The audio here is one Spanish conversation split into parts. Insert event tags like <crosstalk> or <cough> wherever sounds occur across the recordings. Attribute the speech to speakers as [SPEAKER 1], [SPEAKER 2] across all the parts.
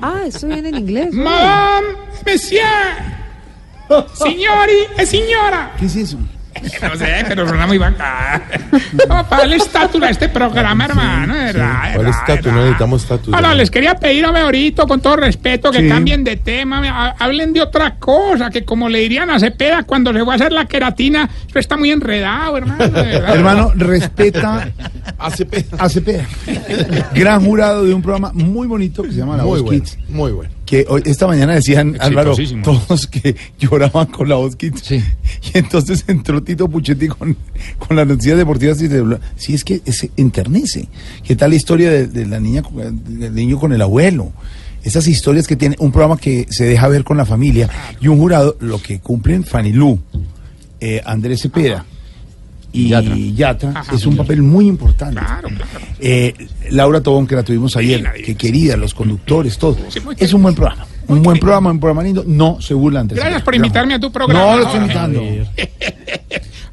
[SPEAKER 1] Ah, eso viene en inglés. ¿no?
[SPEAKER 2] madame, monsieur, signori e signora.
[SPEAKER 3] ¿Qué es eso?
[SPEAKER 2] No sé, pero suena muy bacán. Vamos para darle estatura a este programa, hermano. de ¿verdad? de
[SPEAKER 3] ¿Cuál
[SPEAKER 2] ¿verdad? de
[SPEAKER 3] estatus? No
[SPEAKER 2] ¿verdad?
[SPEAKER 3] necesitamos estatus.
[SPEAKER 2] Ahora, les quería pedir a Beorito, con todo respeto, que cambien de tema, ha- hablen de otra cosa, que como le dirían a Cepeda cuando le va a hacer la queratina, eso está muy enredado, hermano. de ¿verdad?
[SPEAKER 4] Hermano, respeta
[SPEAKER 3] ACP.
[SPEAKER 4] a Cepeda, gran jurado de un programa muy bonito que se llama La
[SPEAKER 3] Muy
[SPEAKER 4] Voz
[SPEAKER 3] bueno.
[SPEAKER 4] Kids.
[SPEAKER 3] Muy bueno.
[SPEAKER 4] Que hoy, esta mañana decían, Álvaro,
[SPEAKER 2] Exitosísimo.
[SPEAKER 4] todos que lloraban con La Voz Kids. <laughs> Y entonces entró Tito Puchetti con, con las noticias deportivas y se Sí, es que se enternece. ¿Qué tal la historia de, de la niña, con- del niño con el abuelo? Esas historias que tiene un programa que se deja ver con la familia y un jurado, lo que cumplen Fanny Lu, eh, Andrés Cepeda y Yatra, es un papel muy importante.
[SPEAKER 2] Claro, claro.
[SPEAKER 4] Eh, Laura Tobón, que la tuvimos ayer,
[SPEAKER 2] la
[SPEAKER 4] que
[SPEAKER 2] divina,
[SPEAKER 4] querida, los conductores, todo.
[SPEAKER 2] Sí, muy
[SPEAKER 4] Es un buen programa. Un buen programa, un programa lindo. No se burlan. de
[SPEAKER 2] Gracias
[SPEAKER 4] ese
[SPEAKER 2] por
[SPEAKER 4] programa.
[SPEAKER 2] invitarme a tu programa.
[SPEAKER 4] No, lo estoy
[SPEAKER 2] Ahora.
[SPEAKER 4] invitando.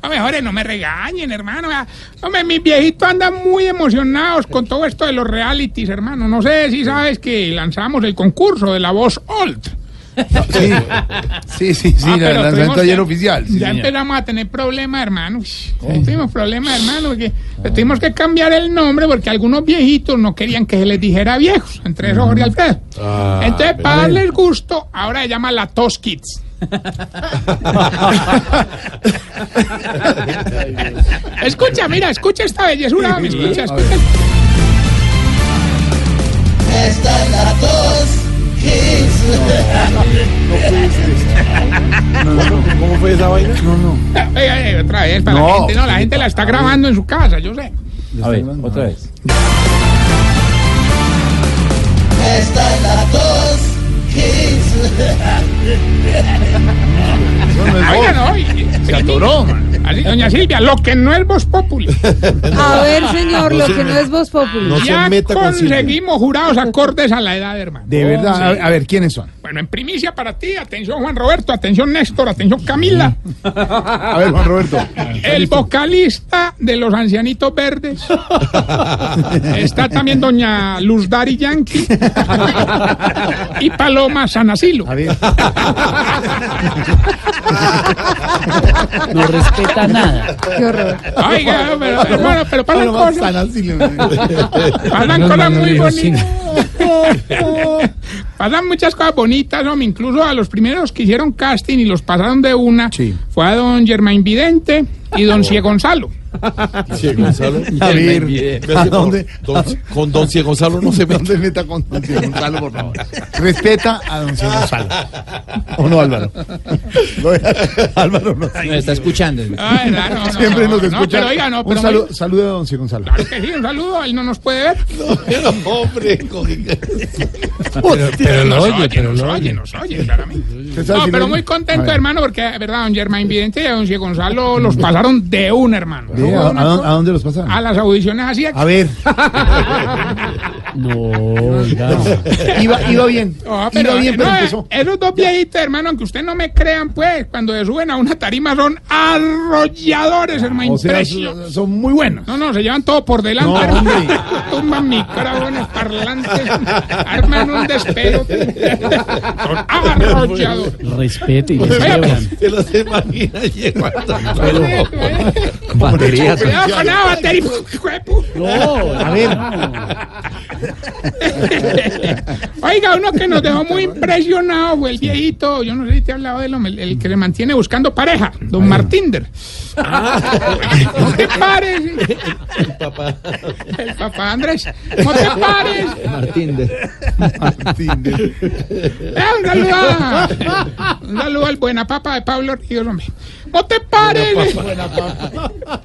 [SPEAKER 2] A mejores no me regañen, hermano. ah. Hombre, mis viejitos andan muy emocionados con todo esto de los realities, hermano. No sé si sabes que lanzamos el concurso de la voz Old.
[SPEAKER 4] Sí, sí, sí, sí,
[SPEAKER 2] Ah, pero
[SPEAKER 4] la- la-
[SPEAKER 2] tuvimos
[SPEAKER 4] lanzamiento ayer
[SPEAKER 2] ya-
[SPEAKER 4] oficial. sí,
[SPEAKER 2] ya
[SPEAKER 4] señor.
[SPEAKER 2] empezamos a tener problemas, hermano. Ush, Tuvimos problemas, hermano. Que le tuvimos que cambiar el nombre porque algunos viejitos no querían que se les dijera viejos. Entre esos
[SPEAKER 4] Mm.
[SPEAKER 2] Jorge Alfredo.
[SPEAKER 4] Ah,
[SPEAKER 2] Entonces, para darles gusto, ahora se llama la Tos Kids. escucha, mira, escucha esta bellezura. hombre, Escucha, escucha.
[SPEAKER 3] ¿Cómo fue esa
[SPEAKER 2] <laughs>
[SPEAKER 3] vaina?
[SPEAKER 2] Oiga, oiga, otra vez, para la
[SPEAKER 4] No.
[SPEAKER 2] gente. No, la gente la está grabando en su casa, yo sé.
[SPEAKER 4] A ver, otra vez.
[SPEAKER 2] Oiga, no, y-
[SPEAKER 3] Se atoró.
[SPEAKER 2] así, doña Silvia, lo que no es Voz Populi.
[SPEAKER 1] A ver, señor, lo
[SPEAKER 3] se-
[SPEAKER 1] que no es voz popular.
[SPEAKER 3] No se
[SPEAKER 2] ya
[SPEAKER 3] meta con Silvia.
[SPEAKER 2] conseguimos jurados acordes a la edad, hermano.
[SPEAKER 4] De verdad, a- a, ver, ¿quiénes son?
[SPEAKER 2] Bueno, en primicia para ti, atención Juan Roberto, atención Néstor, atención Camila,
[SPEAKER 4] A ver, Juan Roberto.
[SPEAKER 2] Ah, <laughs> el
[SPEAKER 4] <laughs>
[SPEAKER 2] vocalista de los Ancianitos Verdes. Está también doña Luz Dari Yankee y Paloma Sanasilo.
[SPEAKER 4] A ver,
[SPEAKER 5] No respeta nada.
[SPEAKER 1] Qué horror.
[SPEAKER 2] Oiga, pero, hermano, pero para
[SPEAKER 4] Paloma
[SPEAKER 2] cosas,
[SPEAKER 4] Sanasile.
[SPEAKER 2] pasan
[SPEAKER 5] No,
[SPEAKER 2] cosas
[SPEAKER 5] no, no,
[SPEAKER 2] muy
[SPEAKER 5] no, sí.
[SPEAKER 2] bonitas. Pasan muchas cosas bonitas, hombre. Incluso a los primeros que hicieron casting y los pasaron de una,
[SPEAKER 4] Sí.
[SPEAKER 2] fue a don Germain Vidente y don Cie Gonzalo.
[SPEAKER 3] Sí, Gonzalo.
[SPEAKER 4] A ver,
[SPEAKER 3] ¿Ves
[SPEAKER 4] ¿a
[SPEAKER 3] que por-
[SPEAKER 4] dónde?
[SPEAKER 3] don- con Don Ciego Gonzalo no se
[SPEAKER 4] No
[SPEAKER 3] mete.
[SPEAKER 4] te meta con Don
[SPEAKER 3] <laughs>
[SPEAKER 4] Ciro Gonzalo, por favor. Respeta a Don Ciro Gonzalo. ¿O no,
[SPEAKER 2] <laughs>
[SPEAKER 4] Álvaro? No, Álvaro no.
[SPEAKER 5] No está escuchando.
[SPEAKER 2] Ah, verdad, no, no,
[SPEAKER 4] Siempre
[SPEAKER 2] no,
[SPEAKER 4] nos escucha.
[SPEAKER 2] No, pero oiga, no,
[SPEAKER 4] un
[SPEAKER 2] pero
[SPEAKER 4] saludo,
[SPEAKER 2] muy-
[SPEAKER 4] saludo a Don Ciro Gonzalo.
[SPEAKER 2] Claro que sí, un saludo, él no nos puede ver.
[SPEAKER 3] Pero, hombre, coge-
[SPEAKER 5] Pero lo
[SPEAKER 2] nos
[SPEAKER 5] oye, pero
[SPEAKER 2] nos
[SPEAKER 5] lo
[SPEAKER 2] oye,
[SPEAKER 5] oye.
[SPEAKER 2] nos oye, claramente.
[SPEAKER 4] ¿Usted sabe
[SPEAKER 2] No,
[SPEAKER 4] si
[SPEAKER 2] pero
[SPEAKER 4] lo-
[SPEAKER 2] muy
[SPEAKER 4] A
[SPEAKER 2] contento,
[SPEAKER 4] ver.
[SPEAKER 2] hermano, porque, verdad, don Germán Vidente y don Cie Gonzalo los pasaron de un, hermano.
[SPEAKER 4] Sí, ¿a, a dónde- a dónde los pasaron?
[SPEAKER 2] A las audiciones así. <laughs>
[SPEAKER 4] A ver,
[SPEAKER 5] No, oiga.
[SPEAKER 4] iba, iba bien.
[SPEAKER 2] Ah,
[SPEAKER 4] iba bien, pero
[SPEAKER 2] no, eh,
[SPEAKER 4] empezó.
[SPEAKER 2] Esos dos viejitos, hermano, aunque ustedes no me crean, pues, cuando se suben a una tarima son arrolladores, hermano.
[SPEAKER 4] Ah, O sea,
[SPEAKER 2] Impresionante.
[SPEAKER 4] son son muy buenos.
[SPEAKER 2] No, no, se llevan todo por delante.
[SPEAKER 4] No,
[SPEAKER 2] hermano.
[SPEAKER 4] hombre.
[SPEAKER 2] <laughs> Tumban micrófonos, parlantes, arman un despero.
[SPEAKER 4] <laughs>
[SPEAKER 2] Son arrolladores.
[SPEAKER 5] Respete y es
[SPEAKER 2] Oiga,
[SPEAKER 5] Abraham.
[SPEAKER 3] Se las imagina llegando.
[SPEAKER 2] Cuidado con la batería. juepu.
[SPEAKER 5] No, a ver.
[SPEAKER 2] Oiga, uno que nos dejó muy impresionado fue el viejito, yo no sé si te he hablado de él, hombre, el, el que le mantiene buscando pareja, don Martínder.
[SPEAKER 5] Ah.
[SPEAKER 2] ¿Cómo te parece? El papá. El papá Andrés. ¿Cómo te parece?
[SPEAKER 5] Martín. de-
[SPEAKER 2] Eh, Un saludo a Un saludo al buena papa de Pablo Ríos, hombre. No te pares.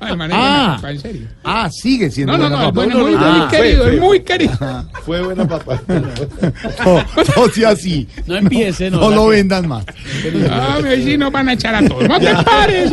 [SPEAKER 2] Ay, man, es
[SPEAKER 6] Ah.
[SPEAKER 2] buena papa, en serio.
[SPEAKER 4] Ah, sigue siendo
[SPEAKER 2] No, no,
[SPEAKER 4] buena
[SPEAKER 2] no, es
[SPEAKER 4] papa.
[SPEAKER 2] bueno, muy,
[SPEAKER 3] no,
[SPEAKER 2] muy
[SPEAKER 3] no, Ah,
[SPEAKER 2] querido,
[SPEAKER 3] fue,
[SPEAKER 2] es
[SPEAKER 3] fue.
[SPEAKER 2] muy querido. Ah,
[SPEAKER 3] Fue buena
[SPEAKER 2] <laughs>
[SPEAKER 3] papá.
[SPEAKER 4] No, <laughs> no sea así.
[SPEAKER 5] No empiece, no.
[SPEAKER 4] No lo vendan más.
[SPEAKER 2] Ah, hombre, sí nos van a echar a todos. No te pares.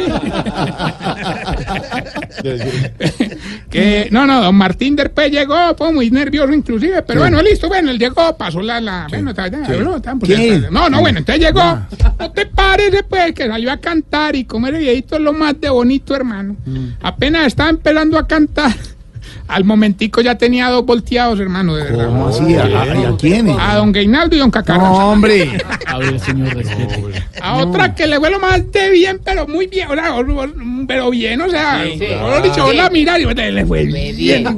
[SPEAKER 2] que, no, no, don Martín Derpe llegó, pues muy nervioso inclusive, pero bueno, listo, bueno, él llegó, pasó la, la, bueno, ta- ta- habló, tan- pues,
[SPEAKER 4] ¿Qué?
[SPEAKER 2] no, no, bueno, entonces llegó, no te pares, pues, que salió a cantar y como el viejito es lo más de bonito, hermano,
[SPEAKER 3] Mm.
[SPEAKER 2] apenas estaba empezando a cantar, <laughs> al momentico ya tenía dos volteados, hermano, de verdad.
[SPEAKER 4] ¿Cómo así? ¿A, a- a quiénes?
[SPEAKER 2] A don Gainaldo y don Cacarro.
[SPEAKER 4] No, hombre.
[SPEAKER 5] A ver, señor, respete.
[SPEAKER 2] A otra que le vuelo más de bien, pero muy bien, o sea, o- o- pero bien, o sea, lo dicho, la mira y le fue bien.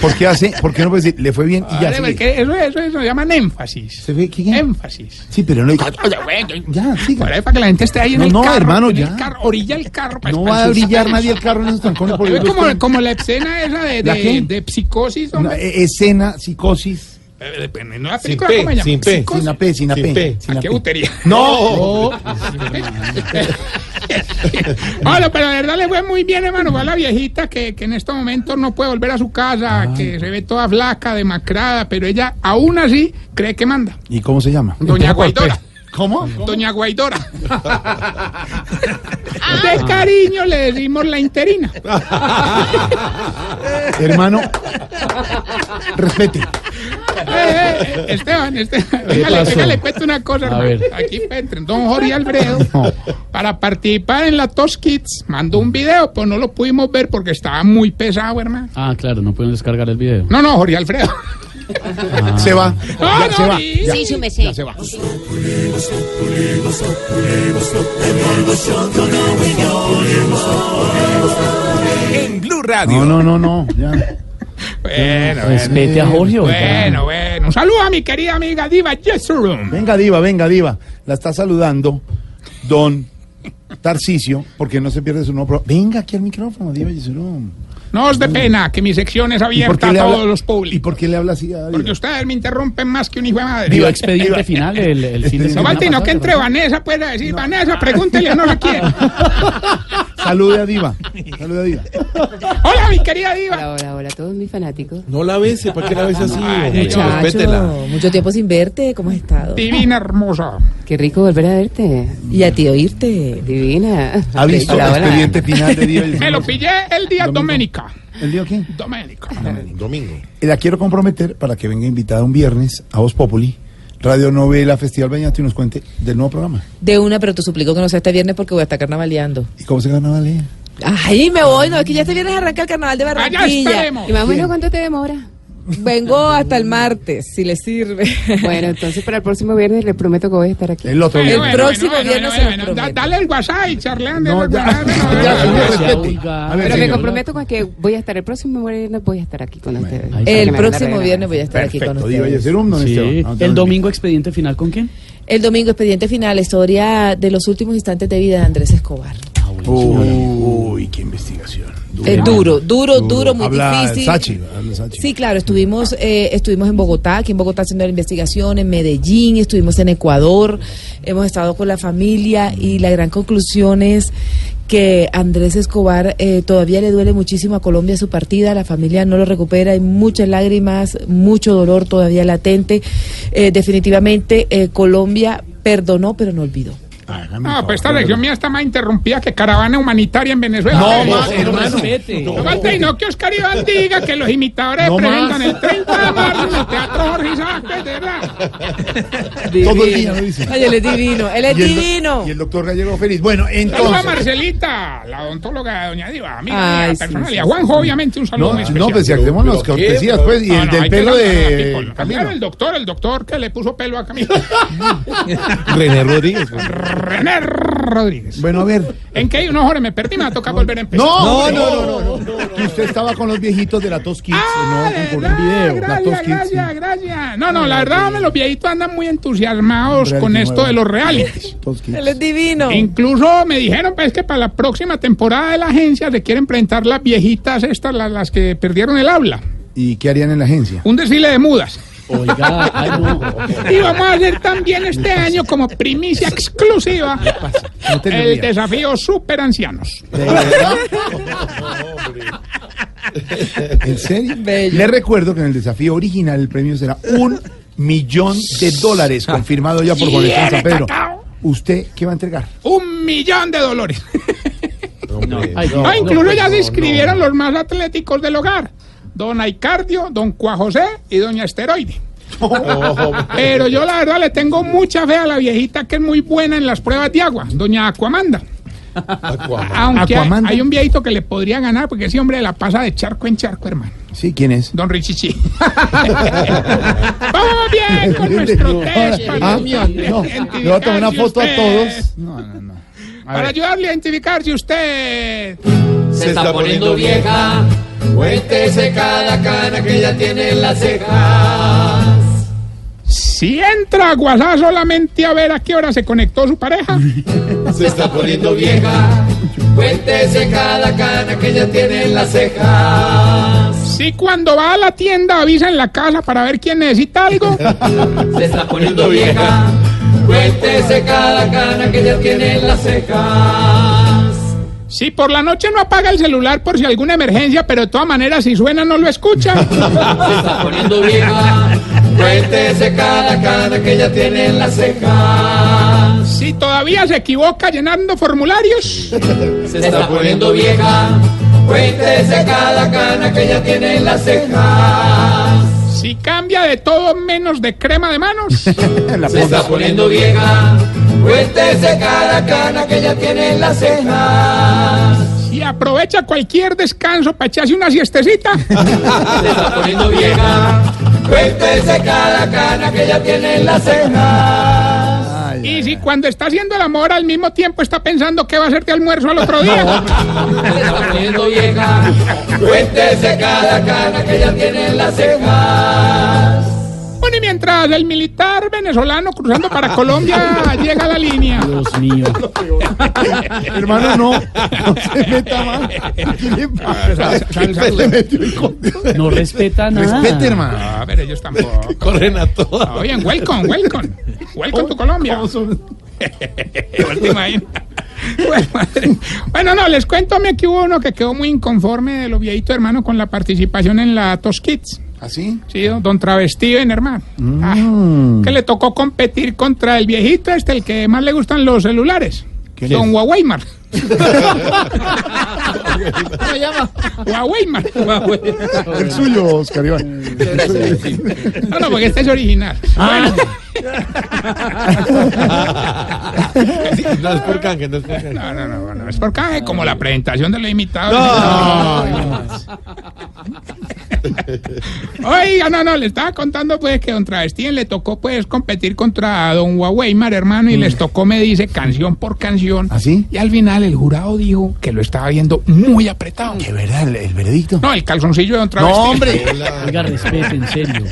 [SPEAKER 4] ¿Por qué hace? ¿Por qué no puede decir? Le fue bien y ya.
[SPEAKER 2] Vale,
[SPEAKER 4] sigue?
[SPEAKER 2] porque Eso, eso, eso se llaman énfasis.
[SPEAKER 4] ¿Se ve
[SPEAKER 2] Em.
[SPEAKER 4] quién?
[SPEAKER 2] Énfasis.
[SPEAKER 4] Sí, pero no. Ya, siga.
[SPEAKER 2] Para, para que la gente esté ahí en
[SPEAKER 4] No,
[SPEAKER 2] el
[SPEAKER 4] no,
[SPEAKER 2] carro.
[SPEAKER 4] hermano,
[SPEAKER 2] en el
[SPEAKER 4] ya.
[SPEAKER 2] carro, orilla el carro. pues, para
[SPEAKER 4] No va a
[SPEAKER 2] espantar.
[SPEAKER 4] brillar nadie el carro en esos trancones. Por
[SPEAKER 2] Es
[SPEAKER 4] el
[SPEAKER 2] como, como la escena esa de,
[SPEAKER 4] ¿La
[SPEAKER 2] de,
[SPEAKER 4] qué?
[SPEAKER 2] de psicosis,
[SPEAKER 4] Una,
[SPEAKER 2] hombre.
[SPEAKER 4] eh, escena, psicosis.
[SPEAKER 2] Eh, eh, no la
[SPEAKER 3] Sin
[SPEAKER 2] película, ¿cómo
[SPEAKER 3] P,
[SPEAKER 2] se llama?
[SPEAKER 3] sin P.
[SPEAKER 4] Sin
[SPEAKER 2] Psicosis.
[SPEAKER 4] la P, sin la
[SPEAKER 3] Sin
[SPEAKER 4] P.
[SPEAKER 3] P.
[SPEAKER 4] sin la
[SPEAKER 2] ¿Qué
[SPEAKER 4] P.
[SPEAKER 2] butería?
[SPEAKER 3] ¡No!
[SPEAKER 2] <laughs> Bueno, pero de verdad le fue muy bien, hermano. Fue a la viejita que, que en estos momentos no puede volver a su casa, que se ve toda flaca, demacrada, pero ella aún así cree que manda.
[SPEAKER 4] ¿Y cómo se llama?
[SPEAKER 2] Doña Guaidora.
[SPEAKER 4] ¿Cómo?
[SPEAKER 2] Doña
[SPEAKER 5] <laughs>
[SPEAKER 2] Guaidora.
[SPEAKER 5] Ah.
[SPEAKER 2] De cariño le decimos la interina.
[SPEAKER 5] <laughs>
[SPEAKER 4] Hermano, respete.
[SPEAKER 2] Eh, eh, Esteban, Esteban,
[SPEAKER 5] pasó?
[SPEAKER 2] déjale, le cuento una cosa,
[SPEAKER 5] A
[SPEAKER 2] hermano.
[SPEAKER 5] ver.
[SPEAKER 2] Aquí Petren, don Jorge
[SPEAKER 5] <laughs>
[SPEAKER 2] Alfredo,
[SPEAKER 4] No.
[SPEAKER 2] para participar en la Tos Kids, mandó un video, pues no lo pudimos ver porque estaba muy pesado, hermano.
[SPEAKER 5] Ah, claro, no pueden descargar el video.
[SPEAKER 2] No, no, Jorge Alfredo. <laughs>
[SPEAKER 4] Se va.
[SPEAKER 2] No,
[SPEAKER 4] Ya
[SPEAKER 2] Ah. no,
[SPEAKER 4] se va.
[SPEAKER 2] sí,
[SPEAKER 4] Ya.
[SPEAKER 2] sí,
[SPEAKER 1] sí, me sé.
[SPEAKER 4] Ya se va.
[SPEAKER 7] En Blue Radio.
[SPEAKER 4] No, no, no, no. Ya. Eh,
[SPEAKER 2] Bueno,
[SPEAKER 5] Respete a Jorge. oiga.
[SPEAKER 2] bueno, bueno. Un saludo a mi querida amiga Diva Jessarum.
[SPEAKER 4] Venga, Diva, venga, Diva. La está saludando Don Tarcisio, porque no se pierde su nombre. Venga aquí al micrófono, Diva Yesurum.
[SPEAKER 2] No os dé pena que mi sección es abierta a todos los
[SPEAKER 4] ¿Y
[SPEAKER 2] públicos.
[SPEAKER 4] por qué le habla así a Diva?
[SPEAKER 2] Porque ustedes me interrumpen más que un hijo de
[SPEAKER 5] Digo,
[SPEAKER 2] madre.
[SPEAKER 5] expediente final el, el fin de
[SPEAKER 2] No,
[SPEAKER 5] semana.
[SPEAKER 2] Valti, no
[SPEAKER 5] pasado,
[SPEAKER 2] que entre
[SPEAKER 5] ¿verdad?
[SPEAKER 2] Vanessa pueda decir, Vanessa, pregúntele a no sé quién.
[SPEAKER 4] Salude a Diva. Salude a Diva.
[SPEAKER 2] Hola, mi querida Diva.
[SPEAKER 8] Hola, hola, hola, todos mis fanáticos.
[SPEAKER 3] No la bese, ¿para qué la bese así? Respétela.
[SPEAKER 1] Muchacho, mucho tiempo sin verte, ¿cómo has estado?
[SPEAKER 2] Divina hermosa.
[SPEAKER 8] Qué rico volver a verte.
[SPEAKER 1] Y a ti oírte.
[SPEAKER 8] Divina.
[SPEAKER 4] ¿Ha visto el
[SPEAKER 8] Hola, hola.
[SPEAKER 4] expediente final
[SPEAKER 2] <laughs>
[SPEAKER 4] de Diva
[SPEAKER 2] Me lo
[SPEAKER 4] Yesurum?
[SPEAKER 2] pillé el día Doménica.
[SPEAKER 4] ¿El Diva qué?
[SPEAKER 2] Doménica.
[SPEAKER 3] Domingo.
[SPEAKER 4] Y La quiero comprometer para que venga invitada un viernes a Voz Populi, Radio Novela, Festival Vallenato y nos cuente del nuevo programa.
[SPEAKER 1] De una, pero te suplico que no sea este viernes porque voy a estar carnavaleando.
[SPEAKER 4] ¿Y cómo se ganaba Lea?
[SPEAKER 1] Ay, me voy, no, es que ya este viernes arranca el carnaval de
[SPEAKER 2] Allá
[SPEAKER 1] Barranquilla.
[SPEAKER 2] estaremos.
[SPEAKER 8] ¿Y más o menos cuánto te demora?
[SPEAKER 1] Vengo hasta el martes, si le sirve.
[SPEAKER 8] Bueno, entonces para el próximo viernes les prometo que voy a estar aquí.
[SPEAKER 4] El otro
[SPEAKER 2] Bueno,
[SPEAKER 1] El
[SPEAKER 4] viernes.
[SPEAKER 2] bueno,
[SPEAKER 1] próximo
[SPEAKER 2] bueno,
[SPEAKER 1] viernes
[SPEAKER 2] bueno,
[SPEAKER 1] se
[SPEAKER 2] bueno.
[SPEAKER 1] lo
[SPEAKER 2] Da-
[SPEAKER 1] prometo.
[SPEAKER 2] Dale el WhatsApp y charlean de
[SPEAKER 4] No,
[SPEAKER 2] los
[SPEAKER 4] ya.
[SPEAKER 2] WhatsApp. Bueno,
[SPEAKER 4] Ya, señor,
[SPEAKER 2] bueno.
[SPEAKER 5] Gracias,
[SPEAKER 4] respete.
[SPEAKER 5] oiga.
[SPEAKER 4] A ver,
[SPEAKER 8] Pero me
[SPEAKER 4] señor.
[SPEAKER 8] comprometo con que voy a estar el próximo viernes, voy a estar aquí con ustedes.
[SPEAKER 5] ahí está.
[SPEAKER 8] Que
[SPEAKER 1] El
[SPEAKER 8] me van a
[SPEAKER 1] próximo
[SPEAKER 8] regalar.
[SPEAKER 1] viernes voy a estar aquí
[SPEAKER 4] Perfecto,
[SPEAKER 1] con
[SPEAKER 4] Diva
[SPEAKER 1] ustedes.
[SPEAKER 4] Yesurum, don
[SPEAKER 5] Sí.
[SPEAKER 4] Esteban. Ah,
[SPEAKER 5] El
[SPEAKER 4] don-
[SPEAKER 5] domingo expediente final con quién?
[SPEAKER 1] El domingo, expediente final, historia de los últimos instantes de vida de Andrés Escobar.
[SPEAKER 4] Uy, uy, qué investigación.
[SPEAKER 1] Eh, duro, duro, duro, muy
[SPEAKER 4] Habla
[SPEAKER 1] difícil.
[SPEAKER 4] Sachi, habla Sachi.
[SPEAKER 1] Sí, claro, estuvimos, eh, estuvimos en Bogotá, aquí en Bogotá haciendo la investigación, en Medellín, estuvimos en Ecuador, hemos estado con la familia y la gran conclusión es que Andrés Escobar eh, todavía le duele muchísimo a Colombia su partida, la familia no lo recupera, hay muchas lágrimas, mucho dolor todavía latente. Eh, definitivamente eh, Colombia perdonó, pero no olvidó.
[SPEAKER 4] Hágame el
[SPEAKER 2] No, pues esta
[SPEAKER 4] favor.
[SPEAKER 2] lección mía está más interrumpida que caravana humanitaria en Venezuela.
[SPEAKER 4] No,
[SPEAKER 2] Eh,
[SPEAKER 4] más,
[SPEAKER 2] eh,
[SPEAKER 4] hermano.
[SPEAKER 2] No falta y no que Oscar
[SPEAKER 4] <laughs>
[SPEAKER 2] Iván diga que los imitadores
[SPEAKER 4] No
[SPEAKER 2] presentan
[SPEAKER 4] más.
[SPEAKER 2] el 30 de marzo en el Teatro Jorge Isaac, pues, de verdad.
[SPEAKER 4] Todo el día lo dice.
[SPEAKER 1] Ay, él es divino, él es
[SPEAKER 4] Y el do-
[SPEAKER 1] divino.
[SPEAKER 4] Y el doctor Gallego feliz. Bueno,
[SPEAKER 2] Saludos a
[SPEAKER 4] entonces.
[SPEAKER 2] Marcelita, la odontóloga de Doña Diva, amiga
[SPEAKER 1] Ay,
[SPEAKER 2] mía
[SPEAKER 1] sí,
[SPEAKER 2] personal.
[SPEAKER 1] sí,
[SPEAKER 2] y a
[SPEAKER 1] sí,
[SPEAKER 2] Juanjo, obviamente, un saludo
[SPEAKER 4] No,
[SPEAKER 2] muy
[SPEAKER 4] no,
[SPEAKER 2] especial.
[SPEAKER 4] pues si hacemos las
[SPEAKER 3] pero qué,
[SPEAKER 4] cortesías,
[SPEAKER 3] pero-
[SPEAKER 4] pues, y
[SPEAKER 2] No,
[SPEAKER 4] el
[SPEAKER 2] no,
[SPEAKER 4] del
[SPEAKER 2] hay que
[SPEAKER 4] pelo
[SPEAKER 2] saludar a Pico,
[SPEAKER 4] de
[SPEAKER 2] no,
[SPEAKER 4] Camilo.
[SPEAKER 2] cambiar El doctor, el doctor que le puso pelo a
[SPEAKER 4] <laughs>
[SPEAKER 2] Camilo.
[SPEAKER 3] René Rodríguez. pues.
[SPEAKER 2] René Rodríguez.
[SPEAKER 4] Bueno, a ver.
[SPEAKER 2] ¿En qué? No, Jorge, me perdí, me va a tocar volver a empezar.
[SPEAKER 4] No, no, no, no, no. Que usted estaba con los viejitos de la Tos Kids.
[SPEAKER 2] Ah,
[SPEAKER 4] Pues no,
[SPEAKER 2] de
[SPEAKER 4] con,
[SPEAKER 2] verdad,
[SPEAKER 4] con video. la Tos
[SPEAKER 2] gracias,
[SPEAKER 4] Kids. sí.
[SPEAKER 2] gracias, gracias. No, no, la verdad, hombre, los viejitos andan muy entusiasmados
[SPEAKER 4] Reality
[SPEAKER 2] con esto
[SPEAKER 4] nuevo.
[SPEAKER 2] de los
[SPEAKER 4] <laughs>
[SPEAKER 2] realities.
[SPEAKER 4] Tos Kids.
[SPEAKER 1] Él es divino.
[SPEAKER 2] Incluso me dijeron pues que para la próxima temporada de la agencia se quieren presentar las viejitas estas, las, las que perdieron el habla.
[SPEAKER 4] ¿Y qué harían en la agencia?
[SPEAKER 2] Un desfile de mudas.
[SPEAKER 5] Oiga, ay, no.
[SPEAKER 2] Y vamos a hacer también este año como primicia exclusiva
[SPEAKER 4] No te lo
[SPEAKER 2] el
[SPEAKER 4] digas.
[SPEAKER 2] desafío super ancianos. <laughs>
[SPEAKER 4] ¿En serio? Les recuerdo que en el desafío original el premio será un millón de
[SPEAKER 2] <laughs>
[SPEAKER 4] dólares, confirmado ya por Juan Esteban San Pedro.
[SPEAKER 2] Cacao.
[SPEAKER 4] ¿Usted qué va a entregar?
[SPEAKER 2] Un millón de dólares.
[SPEAKER 5] Ay,
[SPEAKER 2] No,
[SPEAKER 5] no,
[SPEAKER 2] Ah, incluso ya se inscribieron los más atléticos del hogar. Don Aicardio, don Cuajosé y doña Esteroide.
[SPEAKER 3] <laughs>
[SPEAKER 4] Ah,
[SPEAKER 2] Pero yo la verdad le tengo mucha fe a la viejita que es muy buena en las pruebas de agua, doña Aquamanda. Aunque hay-
[SPEAKER 4] Aquamanda.
[SPEAKER 2] hay un viejito que le podría ganar porque ese hombre la pasa de charco en charco, hermano.
[SPEAKER 4] Sí, ¿quién es?
[SPEAKER 2] Don
[SPEAKER 4] <laughs>
[SPEAKER 2] Richichi. Vamos bien con nuestro test. para
[SPEAKER 4] Ah, no, le voy a tomar una
[SPEAKER 2] identificar si
[SPEAKER 4] foto a
[SPEAKER 2] usted-
[SPEAKER 4] todos. <laughs> No, no, no. A
[SPEAKER 2] Para
[SPEAKER 4] ver.
[SPEAKER 2] ayudarle a identificar si usted...
[SPEAKER 6] Se está poniendo vieja, cuéntese cada cana que ya tiene en las cejas.
[SPEAKER 2] Si entra a WhatsApp solamente a ver a qué hora se conectó su pareja.
[SPEAKER 6] Se está poniendo vieja, cuéntese cada cana que ya tiene en las cejas.
[SPEAKER 2] Si cuando va a la tienda avisa en la casa para ver quién necesita algo.
[SPEAKER 6] <laughs> Se está poniendo vieja, cuéntese cada cana que ya tiene en las cejas.
[SPEAKER 2] Si por la noche no apaga el celular por si alguna emergencia, pero de todas maneras si suena no lo escucha.
[SPEAKER 6] <laughs> Se está poniendo vieja, cuéntese cada cana que ya tiene en las cejas.
[SPEAKER 2] Si todavía se equivoca llenando formularios.
[SPEAKER 6] Se está poniendo vieja, cuéntese cada cana que ya tiene en las cejas.
[SPEAKER 2] Si cambia de todo menos de crema de manos.
[SPEAKER 6] Se está poniendo vieja, cuéntese cada cana que ya tiene en las cejas.
[SPEAKER 2] Si aprovecha cualquier descanso para echarse una siestecita.
[SPEAKER 6] <laughs> Se está poniendo vieja, cuéntese cada cana que ya tiene en las cejas.
[SPEAKER 2] Y si cuando está haciendo el amor al mismo tiempo está pensando qué va a hacer de almuerzo al
[SPEAKER 6] <laughs>
[SPEAKER 2] otro día.
[SPEAKER 6] Se está poniendo vieja, cuéntese cada cana que ya tiene en las cejas.
[SPEAKER 2] Bueno, y mientras el militar venezolano cruzando para
[SPEAKER 6] <laughs>
[SPEAKER 2] Colombia llega a la línea.
[SPEAKER 5] Dios mío.
[SPEAKER 4] Hermano, no. No se meta más. ¿Qué le pasa? ¿Qué le metió
[SPEAKER 3] <laughs>
[SPEAKER 4] el codo?
[SPEAKER 5] No respeta nada.
[SPEAKER 4] Respete, hermano.
[SPEAKER 2] Ah, pero ellos tampoco.
[SPEAKER 3] Corren a todas.
[SPEAKER 2] Oye, welcome, welcome. Welcome to Colombia. <laughs> Última ahí. Bueno, madre. Bueno, no, les cuento a que hubo uno que quedó muy inconforme de los viejitos hermanos con la participación en la Tos Kids.
[SPEAKER 4] ¿Así?
[SPEAKER 2] Sí, don- don Travestiven, hermano. Ah, que le tocó competir contra el viejito este, el que más le gustan los celulares. Don
[SPEAKER 4] es?
[SPEAKER 2] Huawei Mar. Huawei Mar.
[SPEAKER 4] El suyo, Oscar Iván.
[SPEAKER 2] No, no, porque este es original.
[SPEAKER 4] Ah.
[SPEAKER 3] No es por canje, no es por canje.
[SPEAKER 2] No, no, no, no, es por caje, como la presentación de los imitados.
[SPEAKER 6] Ah.
[SPEAKER 2] Oiga, no, no, le estaba contando pues que Don Travestín le tocó pues competir contra Don Huawei, mar hermano,
[SPEAKER 4] Mm.
[SPEAKER 2] y les tocó, me dice, canción por canción.
[SPEAKER 4] ¿Ah, sí?
[SPEAKER 2] Y al final el jurado dijo que lo estaba viendo muy apretado.
[SPEAKER 4] De verdad, el, el veredicto.
[SPEAKER 2] No, el calzoncillo de Don Travestín.
[SPEAKER 5] Oiga, respete, en serio.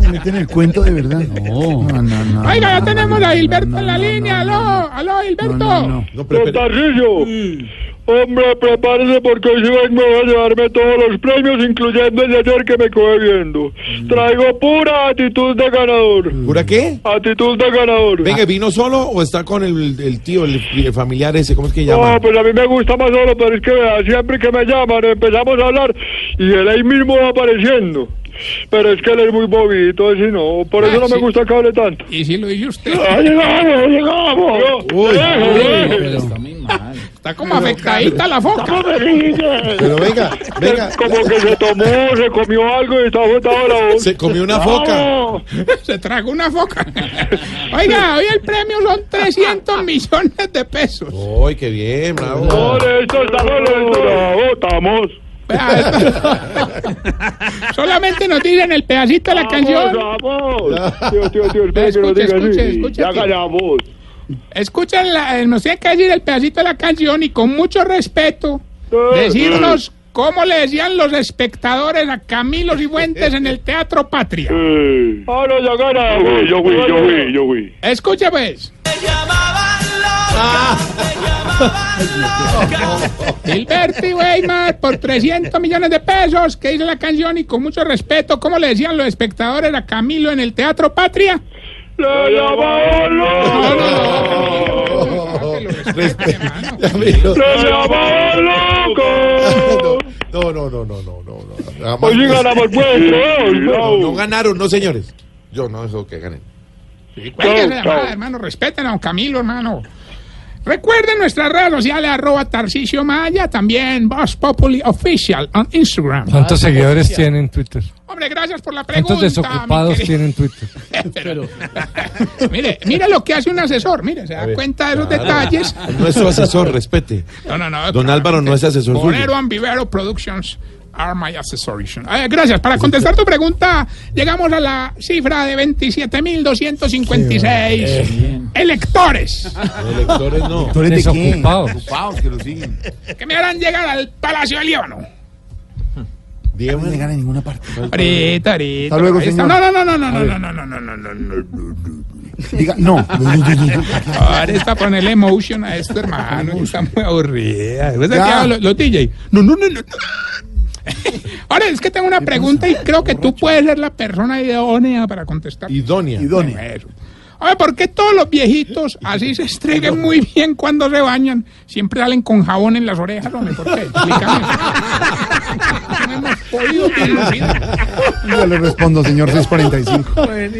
[SPEAKER 4] Me meten el cuento de verdad.
[SPEAKER 5] No.
[SPEAKER 4] No, no, no.
[SPEAKER 2] Oiga, ya
[SPEAKER 4] no,
[SPEAKER 2] tenemos
[SPEAKER 4] no,
[SPEAKER 2] a
[SPEAKER 4] no,
[SPEAKER 2] Gilberto
[SPEAKER 4] no,
[SPEAKER 2] en la
[SPEAKER 4] no,
[SPEAKER 2] línea.
[SPEAKER 4] no, no,
[SPEAKER 2] aló, aló, Gilberto.
[SPEAKER 4] no, no, no.
[SPEAKER 3] No, pero, pero-
[SPEAKER 9] Tarcillo. Hombre, prepárese porque hoy sí vengo a llevarme todos los premios, incluyendo el de ayer que me coge viendo. Traigo pura actitud de ganador.
[SPEAKER 3] ¿Jura qué?
[SPEAKER 9] Actitud de ganador.
[SPEAKER 3] Venga, ¿vino solo o está con el, el tío, el, el familiar ese? ¿Cómo es que llama?
[SPEAKER 9] No, pues a mí me gusta más solo, pero es que vea, siempre que me llaman empezamos a hablar y él ahí mismo va apareciendo. Pero es que él es muy bobito, si no, por eso
[SPEAKER 2] Ah,
[SPEAKER 9] no
[SPEAKER 2] sí.
[SPEAKER 9] me gusta que hable tanto.
[SPEAKER 2] Y si lo dice usted,
[SPEAKER 9] ¡Ah, llegamos, llegamos!
[SPEAKER 3] Uy,
[SPEAKER 9] ¡Deje, deje!
[SPEAKER 2] está como afectadita la foca.
[SPEAKER 3] Pero venga, venga.
[SPEAKER 9] Como que se tomó, se comió algo y está botado la voz.
[SPEAKER 3] Se comió una foca.
[SPEAKER 9] ¡Vamos!
[SPEAKER 2] <laughs> Se tragó una foca. <laughs> Oiga, hoy el premio son 300 millones de pesos.
[SPEAKER 3] ¡Uy, qué bien, bravo!
[SPEAKER 9] ¡Ole, esto está bueno, esto! ¡Vamos!
[SPEAKER 2] Solamente nos tiran el pedacito de la canción.
[SPEAKER 9] ¡Vamos! Tío, tío, tío, espera que no
[SPEAKER 2] Escuche,
[SPEAKER 9] diga
[SPEAKER 2] escuche,
[SPEAKER 9] así.
[SPEAKER 2] escuche,
[SPEAKER 9] Ya
[SPEAKER 2] tío.
[SPEAKER 9] ganamos.
[SPEAKER 2] Escuchen, la, eh, nos tiene que decir el pedacito de la canción y con mucho respeto decirnos cómo le decían los espectadores a Camilo Cifuentes en el Teatro Patria.
[SPEAKER 9] ¡Ah, no, ya ganamos! Yo fui, yo fui, yo fui.
[SPEAKER 2] Escuche pues. <laughs>
[SPEAKER 6] llamaban loca, me llamaban
[SPEAKER 2] Gilberti Weimar por 300 millones de pesos que hizo la canción y con mucho respeto, ¿cómo le decían los espectadores a Camilo en el Teatro Patria?
[SPEAKER 9] ¡La ¡Se llamaba loco!
[SPEAKER 3] No, no, no, no, no, no. no. Jamás.
[SPEAKER 9] Hoy sí ganamos pues,
[SPEAKER 3] No, no
[SPEAKER 9] no.
[SPEAKER 3] ganaron, no, señores. Yo no dejo que ganen.
[SPEAKER 2] Cuélguese la
[SPEAKER 9] Chao,
[SPEAKER 2] llamada,
[SPEAKER 9] chao.
[SPEAKER 2] hermano, respeten a don Camilo, hermano. Recuerden nuestras redes sociales, arroba Tarcicio Maya, también Voz Populi Official on Instagram.
[SPEAKER 10] ¿Cuántos seguidores tiene en Twitter?
[SPEAKER 2] Hombre, gracias por la pregunta.
[SPEAKER 10] ¿Cuántos desocupados
[SPEAKER 2] mi querido.
[SPEAKER 10] tiene en Twitter?
[SPEAKER 5] Pero,
[SPEAKER 2] mire, mire lo que hace un asesor, mire, se da cuenta de los detalles.
[SPEAKER 3] <laughs> No es su asesor, respete.
[SPEAKER 2] No, no, no.
[SPEAKER 3] Don Álvaro no es asesor
[SPEAKER 2] Bonero
[SPEAKER 3] suyo.
[SPEAKER 2] and Vivero Productions are my assessoration. Eh, gracias. Para contestar tu pregunta, llegamos a la cifra de 27.256 electores
[SPEAKER 3] Electores no.
[SPEAKER 4] ¿Tú eres de quién?
[SPEAKER 10] Desocupados.
[SPEAKER 4] Ocupados que lo siguen.
[SPEAKER 2] que me harán llegar al Palacio del Líbano.
[SPEAKER 4] No me llegan a ninguna parte.
[SPEAKER 2] Ahorita, ahorita.
[SPEAKER 4] Hasta luego,
[SPEAKER 2] Ahí está. No,
[SPEAKER 4] señor.
[SPEAKER 2] no, no, no, no, no, no, no, no, no, no, no, no.
[SPEAKER 4] Diga,
[SPEAKER 2] <laughs>
[SPEAKER 4] no.
[SPEAKER 2] Ahora está ponerle emotion a esto, hermano. y Está muy aburrida. ¿Ves
[SPEAKER 4] Ya.
[SPEAKER 2] que hago Los, los DJ. No, no, no, <laughs> no. Ahora es que tengo una pregunta y creo que tú puedes ser la persona idónea para contestar.
[SPEAKER 3] Idónea.
[SPEAKER 4] Idónea.
[SPEAKER 2] Eso. A ver, ¿por qué todos los viejitos así se estreguen muy bien cuando se bañan? Siempre salen con jabón en las orejas, hombre. ¿Por qué? Explícame.
[SPEAKER 4] <laughs>
[SPEAKER 2] No hemos podido dilucidar.
[SPEAKER 4] Yo le respondo, señor 645.